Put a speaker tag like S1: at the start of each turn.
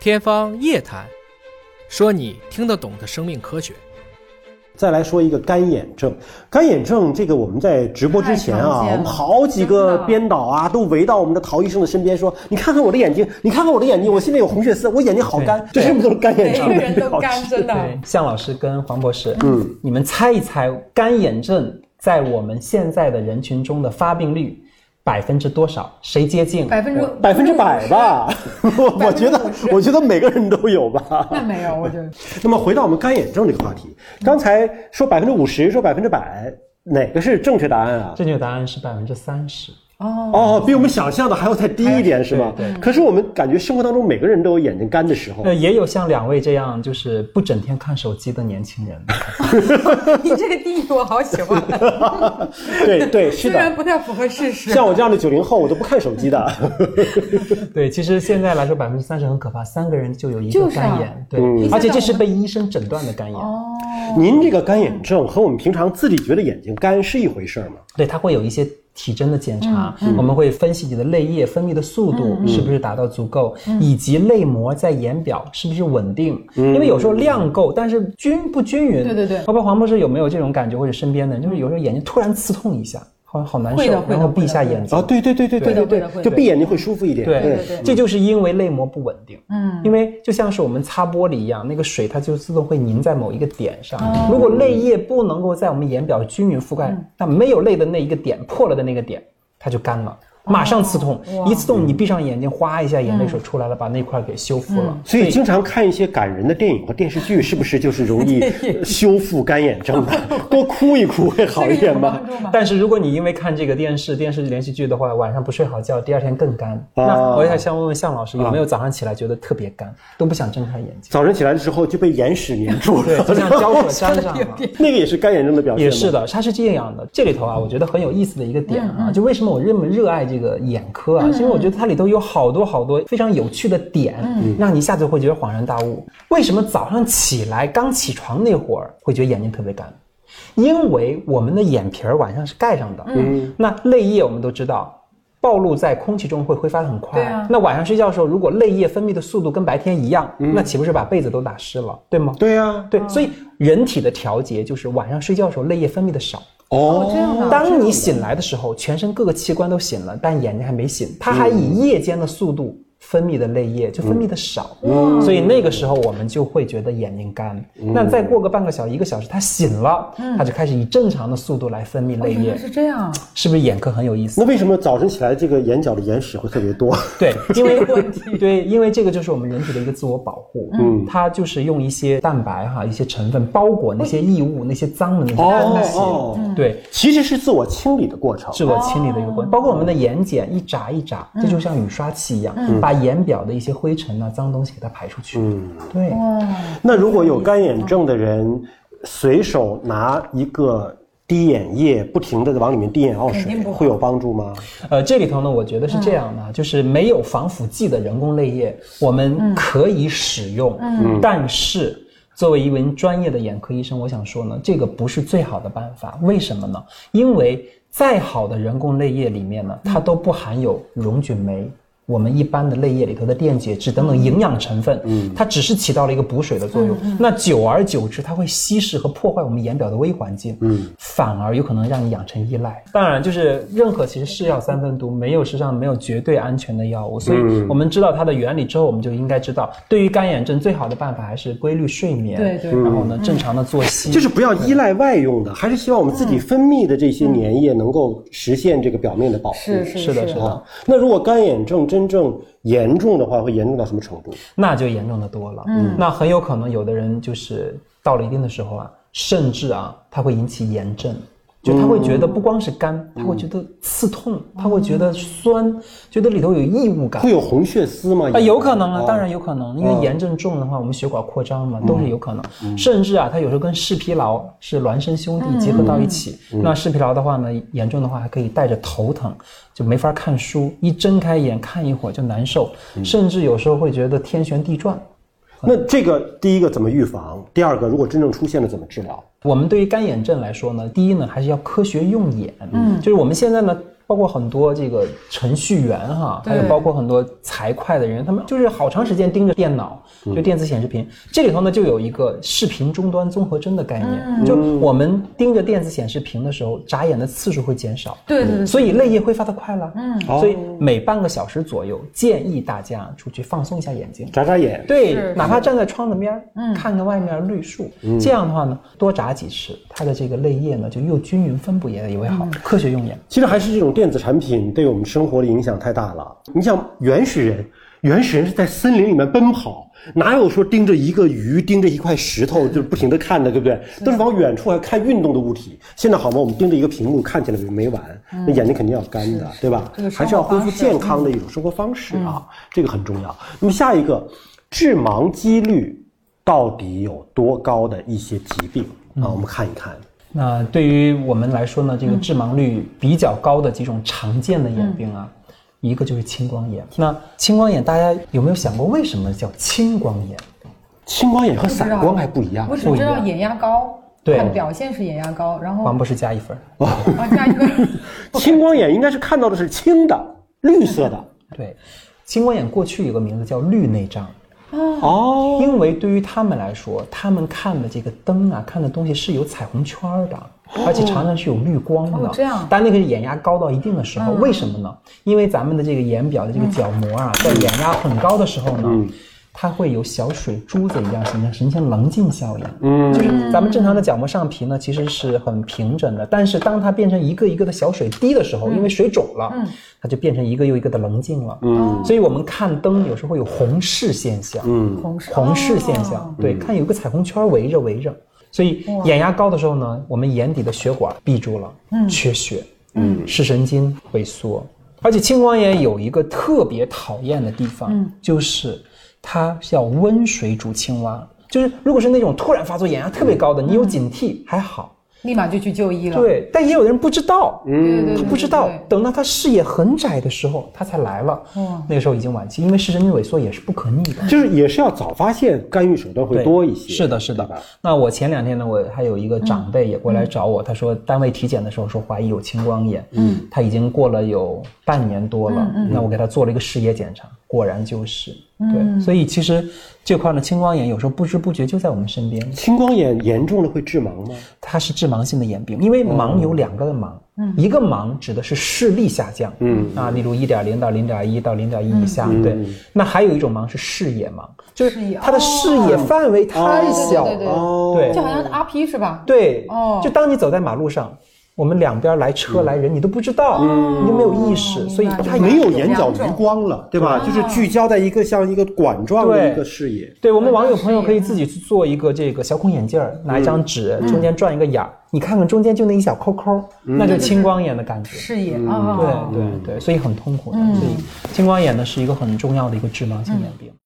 S1: 天方夜谭，说你听得懂的生命科学。
S2: 再来说一个干眼症，干眼症这个我们在直播之前啊，
S3: 太常见了
S2: 我们好几个
S3: 真的
S2: 编导啊都围到我们的陶医生的身边说：“你看看我的眼睛，你看看我的眼睛，我现在有红血丝，我眼睛好干。”这是不是都是干眼
S3: 每一
S2: 症？
S3: 个人都 干，真的
S4: 对，向老师跟黄博士，
S2: 嗯，
S4: 你们猜一猜，干眼症在我们现在的人群中的发病率百分之多少？谁接近？
S3: 百分之
S2: 百分之百。 吧，我我觉得，我觉得每个人都有吧。
S3: 那没有，我觉得
S2: 那么回到我们干眼症这个话题，刚才说百分之五十，说百分之百，哪个是正确答案啊？
S4: 正确答案是百分之三十。
S3: 哦，哎
S2: 哦，比我们想象的还要再低一点是吧？
S4: 对对
S2: 可是我们感觉生活当中每个人都有眼睛干的时候，
S4: 呃，也有像两位这样就是不整天看手机的年 轻人。
S3: 你这个定义我好喜欢，
S2: 对对是
S3: 虽然
S2: 的。
S3: 不太符合事实。
S2: 像我这样的九零后，我都不看手机的。
S4: 对，其实现在来说百分之三十很可怕，三个人就有一
S3: 就
S4: 个
S3: 是啊
S4: 干眼。对，
S2: 嗯
S4: 而且这是被医生诊断的干眼。
S3: 哦，
S2: 您这个干眼症和我们平常自己觉得眼睛干是一回事儿吗？
S4: 对，它会有一些体征的检查，
S3: 嗯
S4: 我们会分析你的泪液分泌的速度是不是达到足够，
S3: 嗯
S4: 以及泪膜在眼表是不是稳定。因为有时候量够，但是均不均匀。
S3: 对对对
S4: 包括黄博士有没有这种感觉，或者身边的人，就是有时候眼睛突然刺痛一下，好像好难受，
S3: 会的会的
S4: 然后闭一下眼睛。
S2: 啊，对对对对对
S3: 会的
S2: 对
S3: 会的会
S2: 对，
S3: 的
S2: 就闭眼睛会舒服一点。
S4: 对
S3: 对对
S4: 这就是因为泪膜不稳定。
S3: 嗯，
S4: 因为就像是我们擦玻璃一样，那个水它就自动会凝在某一个点上。
S3: 哦
S4: 如果泪液不能够在我们眼表均匀覆盖，
S3: 嗯
S4: 那没有泪的那一个点破了的那个点，它就干了，马上刺痛。
S3: 哦
S4: 一刺痛，你闭上眼睛，哗一下，眼
S3: 嗯
S4: 泪水出来了，把那块给修复了。
S2: 所以经常看一些感人的电影和电视剧，是不是就是容易修复干眼症 的？多哭一哭会好一点吧
S3: 帮？助吗？
S4: 嗯但是如果你因为看这个电视、电视连续剧的话，晚上不睡好觉，第二天更干。那我也想问问向老师，有没有早上起来觉得特别干，都不想睁开眼睛？
S2: 早晨起来的时候就被眼屎粘住
S4: 对，
S2: 了，
S4: 就像胶水粘上了。
S2: 那个也是干眼症的表现吗。
S4: 也是的，它是这样的。这里头啊，我觉得很有意思的一个点
S3: 嗯
S4: 啊，就为什么我这么热爱这个眼科啊，是因为我觉得它里头有好多好多非常有趣的点，
S3: 嗯
S4: 嗯让你一下子会觉得恍然大悟。为什么早上起来刚起床那会儿会觉得眼睛特别干？因为我们的眼皮儿晚上是盖上的，嗯，那泪液我们都知道。暴露在空气中会挥发的很快，
S3: 对啊
S4: 那晚上睡觉的时候，如果泪液分泌的速度跟白天一样，那岂不是把被子都打湿了，对吗？
S2: 嗯对啊呀，
S4: 对，所以人体的调节就是晚上睡觉的时候泪液分泌的少。
S2: 哦
S3: 这样的
S4: 当你醒来的时候，全身各个器官都醒了，但眼睛还没醒，它还以夜间的速度分泌的泪液就分泌的少，
S2: 嗯
S4: 所以那个时候我们就会觉得眼睛干。那再过个半个小时、一个小时，它醒了，
S2: 嗯
S4: 它就开始以正常的速度来分泌泪
S3: 原
S4: 液
S3: 来，是这样，
S4: 是不是眼科很有意思
S2: 那？为什么早晨起来这个眼角的眼屎会特别多？
S4: 对，因为 对，因为这个就是我们人体的一个自我保护，嗯，它就是用一些蛋白哈，一些成分包裹那些异物、那些脏的那些东西，
S3: 嗯
S2: 哦哦
S4: 对，
S2: 其实是自我清理的过程。
S4: 自我清理的一个过程。包括我们的眼睑一眨一眨，这就像雨刷器一样，把眼表的一些灰尘啊、脏东西给它排出去。
S2: 嗯
S4: 对，
S3: 哦
S2: 那如果有干眼症的人，随手拿一个滴眼液，不停的往里面滴眼药
S3: 肯
S2: 水
S3: 定，不好
S2: 会有帮助吗？
S4: 呃，这里头呢，我觉得是这样的，就是没有防腐剂的人工泪液，我们可以使用，但是。作为一名专业的眼科医生，我想说呢，这个不是最好的办法。为什么呢？因为再好的人工泪液里面呢，它都不含有溶菌酶，我们一般的泪液里头的电解质等等营养成分，
S2: 嗯
S4: 它只是起到了一个补水的作用。
S3: 嗯
S4: 那久而久之，它会稀释和破坏我们眼表的微环境，嗯，反而有可能让你养成依赖。当然，就是任何其实是药三分毒，没有世界上没有绝对安全的药物，所以
S2: 嗯
S4: 我们知道它的原理之后，我们就应该知道，对于干眼症最好的办法还是规律睡眠，
S3: 对对
S4: 然后呢正常的作息，
S2: 嗯就是不要依赖外用的，还是希望我们自
S3: 嗯
S2: 己分泌的这些粘液能够实现这个表面的保护。
S3: 是是
S4: 是的是的
S2: 啊，那如果干眼症真正严重的话，会严重到什么程度？
S4: 那就严重的多了。嗯，那很有可能有的人就是到了一定的时候啊，甚至啊，他会引起炎症，就他会觉得不光是干，他会觉得刺痛，他会觉得酸，觉得里头有异物感
S2: 会。哦有红血丝吗？
S4: 啊，有可能啊，当然有可能，因为炎症重的话，我们血管扩张嘛，都是有可能。甚至啊，它有时候跟视疲劳是孪生兄弟结合到一起。那视疲劳的话呢，严重的话还可以带着头疼，就没法看书，一睁开眼看一会儿就难受，甚至有时候会觉得天旋地转。
S2: 那这个第一个怎么预防？第二个，如果真正出现了怎么治疗？
S4: 我们对于干眼症来说呢，第一呢还是要科学用眼，嗯，就是我们现在呢包括很多这个程序员哈，还有
S3: 对
S4: 包括很多财会的人，他们就是好长时间盯着电脑，就电子显示屏。这里头呢，就有一个视频终端综合征的概念，就我们盯着电子显示屏的时候，眨眼的次数会减少。
S3: 对对对，
S4: 所以泪液挥发的快了，嗯，
S2: 哦
S4: 所以每半个小时左右，建议大家出去放松一下眼睛，
S2: 眨眨眼，
S4: 对
S3: 是，
S4: 哪怕站在窗子边儿，看看外面绿树，这样的话呢，多眨几次，它的这个泪液呢就又均匀分布也也会好，科学用眼。
S2: 其实还是这种电子产品对我们生活的影响太大了。你想，原始人，原始人是在森林里面奔跑，哪有说盯着一个鱼、盯着一块石头就是不停的看的，对不对？
S3: 嗯
S2: 都是往远处还看运动的物体。现在好吗？我们盯着一个屏幕看起来没完，那眼睛肯定要干的，对吧
S3: 嗯这个？生活
S2: 还是要恢复
S3: 方式
S2: 健康的一种生活方式啊，这个很重要。那么下一个，致盲几率到底有多高的一些疾病啊？我们看一看。
S4: 那对于我们来说呢，这个致盲率比较高的几种常见的眼病啊，一个就是青光眼。那青光眼，大家有没有想过为什么叫青光眼？
S2: 青光眼和散光还不一样，
S3: 我只知道眼压高，
S4: 对
S3: 它的表现是眼压高，然后
S4: 王博士加一分儿。
S3: 啊加一个，
S2: 青光眼应该是看到的是青的、绿色的。
S4: 对，青光眼过去有个名字叫绿内障，
S2: 哦，
S4: 因为对于他们来说，他们看的这个灯啊，看的东西是有彩虹圈儿的，而且常常是有绿光的。
S3: 哦这样
S4: 但那个眼压高到一定的时候，为什么呢？因为咱们的这个眼表的这个角膜啊，在眼压很高的时候呢。它会有小水珠子一样形成，形成棱镜效应。嗯，就是咱们正常的角膜上皮呢，其实是很平整的，但是当它变成一个一个的小水滴的时候，因为水肿了，它就变成一个又一个的棱镜了。嗯，所以我们看灯有时候会有红视现象。嗯，
S3: 红是
S4: 红视现
S3: 哦
S4: 象，对，看有个彩虹圈围着围着，所以眼压高的时候呢，我们眼底的血管闭住了，缺血，嗯，视神经萎缩，而且青光眼有一个特别讨厌的地方，
S3: 嗯
S4: 就是它叫温水煮青蛙，就是如果是那种突然发作眼压特别高
S3: 嗯
S4: 的，你有警惕还好，
S3: 立马就去就医了。
S4: 对，但也有的人不知道，
S3: 嗯对对对，
S4: 他不知
S3: 对
S4: 道
S3: 对，
S4: 等到他视野很窄的时候，他才来了
S3: 哇，
S4: 那个时候已经晚期，因为视神经萎缩也是不可逆的。
S2: 就是也是要早发现，干预手段会
S4: 对
S2: 多一些。
S4: 是的，是
S2: 对
S4: 的
S2: 吧。
S4: 那我前两天呢，我还有一个长辈也过来找我，他说单位体检的时候说怀疑有青光眼，嗯，他已经过了有半年多了，那我给他做了一个视野检查，果然就是，对，所以其实这块呢，青光眼有时候不知不觉就在我们身边，
S2: 青光眼严重的会致盲吗？
S4: 它是致盲性的眼病，因为盲有两个盲，一个盲指的是视力下降，嗯啊，例如一点零到零点一到零点一以下，对。那还有一种盲是视野盲，就
S3: 视
S4: 是
S3: 野
S4: 它的视野范围太小
S3: 对对对
S4: 了，
S2: 哦
S4: 对
S3: 就好像是阿 P 是吧？
S4: 对，
S3: 哦
S4: 就当你走在马路上，我们两边来车来人，你都不知道，你都没有意识，所以
S3: 明白
S4: 它
S3: 明白
S2: 没有眼角余光了，对吧？就是聚焦在一个像一个管状的
S4: 对
S2: 一个视野。
S4: 对我们网友朋友可以自己去做一个这个小孔眼镜儿，拿一张纸，中间转一个眼儿，你看看中间就那一小抠抠，那就青光眼的感觉。
S3: 视野啊，
S4: 对对对，所以很痛苦的。所以青光眼呢是一个很重要的一个致盲性眼病。